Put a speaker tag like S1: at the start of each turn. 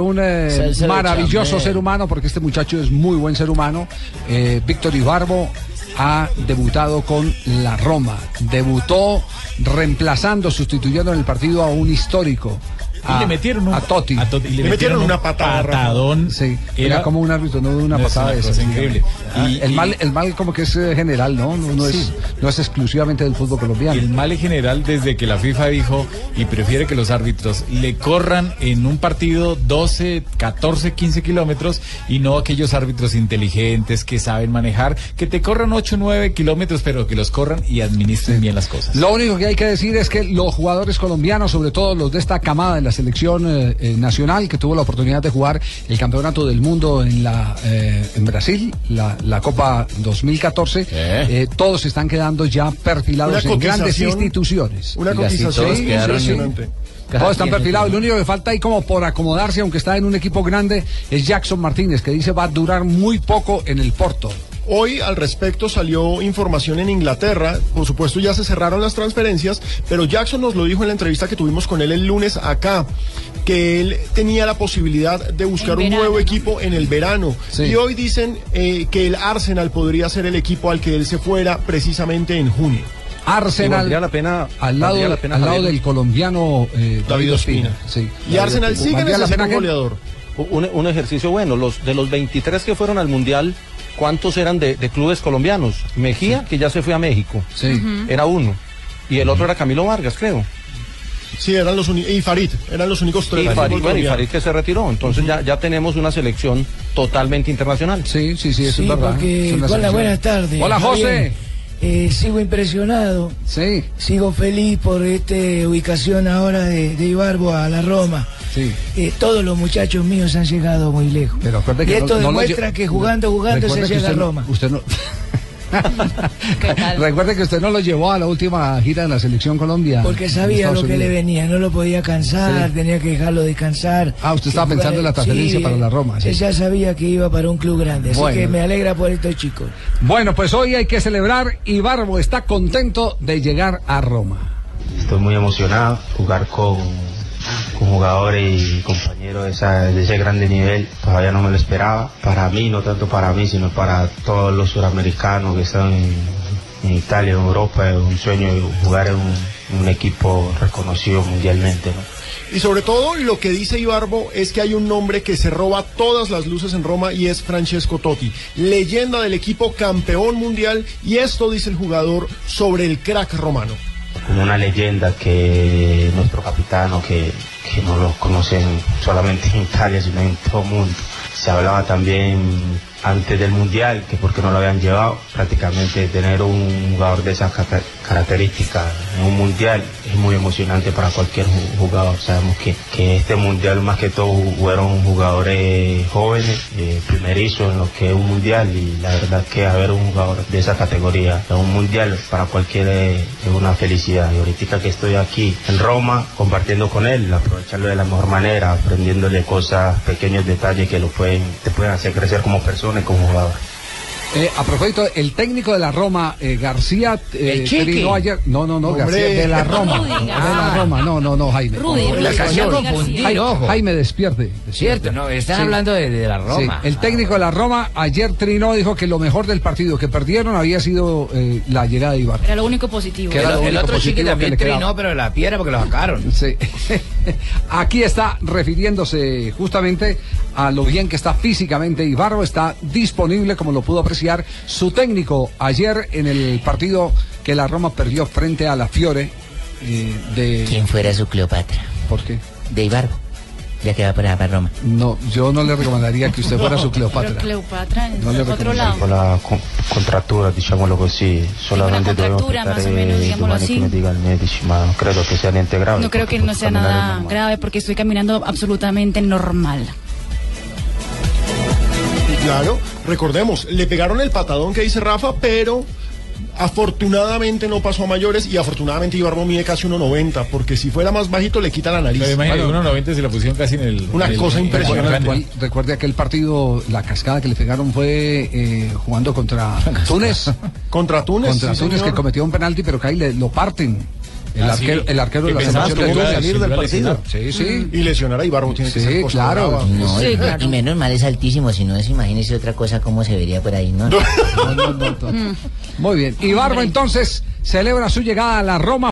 S1: Un eh,
S2: Se- se lo eh.
S1: maravilloso
S2: llamé.
S1: ser humano, porque este muchacho es muy buen ser humano. Eh, Víctor Ibarbo ha debutado con la Roma. Debutó reemplazando, sustituyendo en el partido a un histórico. A,
S3: y le metieron un,
S1: Ah, a Totti.
S3: a Totti, y
S4: Le metieron una patada, Rafa.
S3: patadón.
S1: Sí, era, como un árbitro, no de una
S3: no, es
S1: patada
S3: una
S1: de esas,
S3: cosa
S1: digamos.
S3: increíble.
S1: Ah,
S3: Y-
S1: el,
S3: y-
S1: mal, el mal como que es eh, general, ¿no? No, no
S3: Sí.
S1: es, no es exclusivamente del fútbol colombiano.
S3: El mal en general desde que la FIFA dijo y prefiere que los árbitros le corran en un partido 12, 14, 15 kilómetros y no aquellos árbitros inteligentes que saben manejar, que te corran 8, 9 kilómetros, pero que los corran y administren bien las cosas.
S1: Lo único que hay que decir es que los jugadores colombianos, sobre todo los de esta camada de la selección eh, eh, nacional, que tuvo la oportunidad de jugar el campeonato del mundo en la eh, en Brasil, la, la Copa 2014, eh, todos están quedando ya perfilados
S4: Una
S1: en grandes
S4: cotización-
S1: instituciones.
S4: Una
S1: Y así
S4: cotización
S1: todos
S4: quedaron
S1: sí, sí.
S4: impresionante.
S1: Todos están perfilados. Lo único que falta ahí como por acomodarse, aunque está en un equipo grande, es Jackson Martínez, que dice va a durar muy poco en el Porto.
S4: Hoy al respecto salió información en Inglaterra, por supuesto ya se cerraron las transferencias, pero Jackson nos lo dijo en la entrevista que tuvimos con él el lunes acá, que él tenía la posibilidad de buscar
S5: En
S4: un
S5: verano,
S4: nuevo
S5: ¿no?
S4: equipo en el verano.
S1: Sí.
S4: Y hoy dicen eh, que el Arsenal podría ser el equipo al que él se fuera precisamente en junio.
S1: Arsenal.
S6: valdría la pena-
S1: al lado,
S6: valdría la pena
S1: al lado
S6: Javier.
S1: del colombiano eh,
S4: David Ospina.
S1: Sí.
S4: Y Arsenal sigue
S1: Valdría la
S4: necesitando
S1: pena
S4: un
S1: que-
S4: goleador.
S6: Un, un ejercicio bueno, los de los 23 que fueron al Mundial, ¿cuántos eran de, de clubes colombianos? Mejía, que ya se fue a México,
S1: Sí.
S6: era uno. Y el otro era Camilo Vargas, creo.
S4: Sí, eran los únicos. Y Farid, eran los únicos tres.
S6: Y
S4: del
S6: Farid,
S4: fútbol
S6: bueno, y
S4: colombiano.
S6: Farid que se retiró. Entonces ya, ya tenemos una selección totalmente internacional.
S1: Sí, sí, sí, eso
S7: Sí,
S1: es verdad.
S7: porque-
S1: Es una
S7: hola,
S1: selección.
S7: buenas tardes.
S1: Hola,
S7: Javier.
S1: José.
S7: Eh, sigo impresionado,
S1: Sí,
S7: sigo feliz por esta ubicación ahora de, de Ibarbo a la Roma.
S1: sí.
S7: Eh, todos los muchachos míos han llegado muy lejos.
S1: Pero acuérdate
S7: y
S1: que no-
S7: esto
S1: no lo
S7: demuestra
S1: lle-
S7: que jugando, jugando se
S1: Recuerde que
S7: llega a
S1: usted no-
S7: Roma.
S1: Usted no.
S5: ¿Qué tal?
S1: Recuerde que usted no lo llevó a la última gira de la selección Colombia.
S7: Porque
S1: en
S7: sabía
S1: Estados
S7: lo que
S1: Unidos.
S7: le venía, no lo podía cansar,
S1: Sí.
S7: tenía que dejarlo descansar.
S1: Ah, usted estaba
S7: Que
S1: pensando
S7: jugara-
S1: en la transferencia para la Roma, sí.
S7: Ella sabía que iba para un club grande, así
S1: Bueno.
S7: que me alegra por estos chicos.
S1: Bueno, pues hoy hay que celebrar. y Barbo está contento de llegar a Roma.
S8: Estoy muy emocionado jugar con, con jugadores y compañeros de, esa- de ese grande nivel. Todavía no me lo esperaba. Para mí, no tanto para mí, sino para todos los suramericanos que están en, en Italia, en Europa. Es un sueño jugar en un, en un equipo reconocido mundialmente. ¿no?
S4: Y sobre todo lo que dice Ibarbo es que hay un nombre que se roba todas las luces en Roma y es Francesco Totti, leyenda del equipo campeón mundial y esto dice el jugador sobre el crack romano.
S8: como una leyenda que nuestro capitano, que, que no lo conocen solamente en Italia, sino en todo el mundo. Se hablaba también antes del Mundial, que porque no lo habían llevado, prácticamente tener un jugador de esas cata- características en un Mundial es muy emocionante para cualquier ju- jugador. Sabemos que, que este Mundial más que todo fueron jugadores jóvenes, eh, primerizos en lo que es un Mundial y la verdad que haber un jugador de esa categoría en un Mundial para cualquiera es es una felicidad. Y ahorita que estoy aquí en Roma compartiendo con él, aprovecharlo de la mejor manera, aprendiéndole cosas, pequeños detalles que lo pueden, te pueden hacer crecer como persona y como jugador.
S1: Eh, a propósito, el técnico de la Roma, eh, García, eh,
S2: El Chiqui.
S1: terminó ayer. No, no, no,
S4: Hombre.
S1: García, de la Roma.
S5: Rudiger.
S1: De la Roma, no, no, no, Jaime.
S5: Rudy, Rudy,
S2: La canción
S5: Rudy García.
S2: confundí,
S1: Jaime,
S2: ojo.
S1: Jaime, despierte. despierte.
S2: Cierto, no, están
S1: Sí.
S2: hablando de, de la
S1: Sí,
S2: Roma.
S1: el técnico de la Roma ayer trinó, dijo que lo mejor del partido que perdieron había sido eh, la llegada de Ibarra.
S5: Era lo único positivo.
S1: Que
S2: El,
S1: era lo
S2: el
S1: único
S2: otro
S1: positivo
S2: chique
S1: que
S2: también
S1: le quedaba.
S2: trinó, pero la piedra porque lo sacaron.
S1: Sí. Aquí está refiriéndose justamente a lo bien que está físicamente Ibarro, está disponible como lo pudo apreciar su técnico ayer en el partido que la Roma perdió frente a la Fiore eh, de
S2: ¿Quién fuera su Cleopatra?
S1: ¿Por qué?
S2: De Ibarbo. Ya que va para, para Roma.
S1: No, yo no le recomendaría que usted fuera su
S5: Pero
S1: Cleopatra.
S5: Cleopatra en
S1: No le
S5: otro
S1: recomiendo.
S5: lado.
S8: Con la con- contractura, diciamolo così, solamente dobbiamo
S5: contrattura,
S8: aspettare
S5: más o menos, digámoslo
S8: domani
S5: así.
S8: che mi diga il medici, ma non credo che sia niente grave.
S5: No creo
S8: perché
S5: que no
S8: posso
S5: sea
S8: camminare
S5: nada
S8: normale.
S5: grave porque estoy caminando absolutamente normal.
S4: Y claro, recordemos, le pegaron el patadón que dice Rafa, pero afortunadamente no pasó a mayores y afortunadamente Ibarbo mide casi 1.90, porque si fuera más bajito le quita la nariz.
S3: Pero imagínate, 1.90 se la pusieron casi en el.
S4: Una
S3: en el-
S4: cosa
S3: en el-
S4: impresionante.
S1: Recuerde- Recuerde aquel partido, la cascada que le pegaron fue eh, jugando contra Túnez.
S4: Contra Túnez.
S1: contra
S4: Pues sí,
S1: Túnez
S4: señor.
S1: que cometió un penalti, pero que ahí le- lo eh, parten. El,
S3: Ah,
S1: arquero,
S3: sí.
S1: el arquero de
S3: Que
S1: la
S3: pensabas
S1: selección
S3: que
S1: de
S3: iba a
S1: Colombia.
S3: salir del partido.
S1: Sí, sí.
S4: Y lesionar a Ibarbo tiene que
S1: Sí,
S4: ser cosa
S1: claro.
S4: brava.
S2: No,
S5: Sí,
S2: y,
S5: claro.
S2: y menos mal es altísimo, si no es, imagínese otra cosa, cómo se vería por ahí, ¿no?
S1: Muy bien. Ibarbo entonces celebra su llegada a la Roma.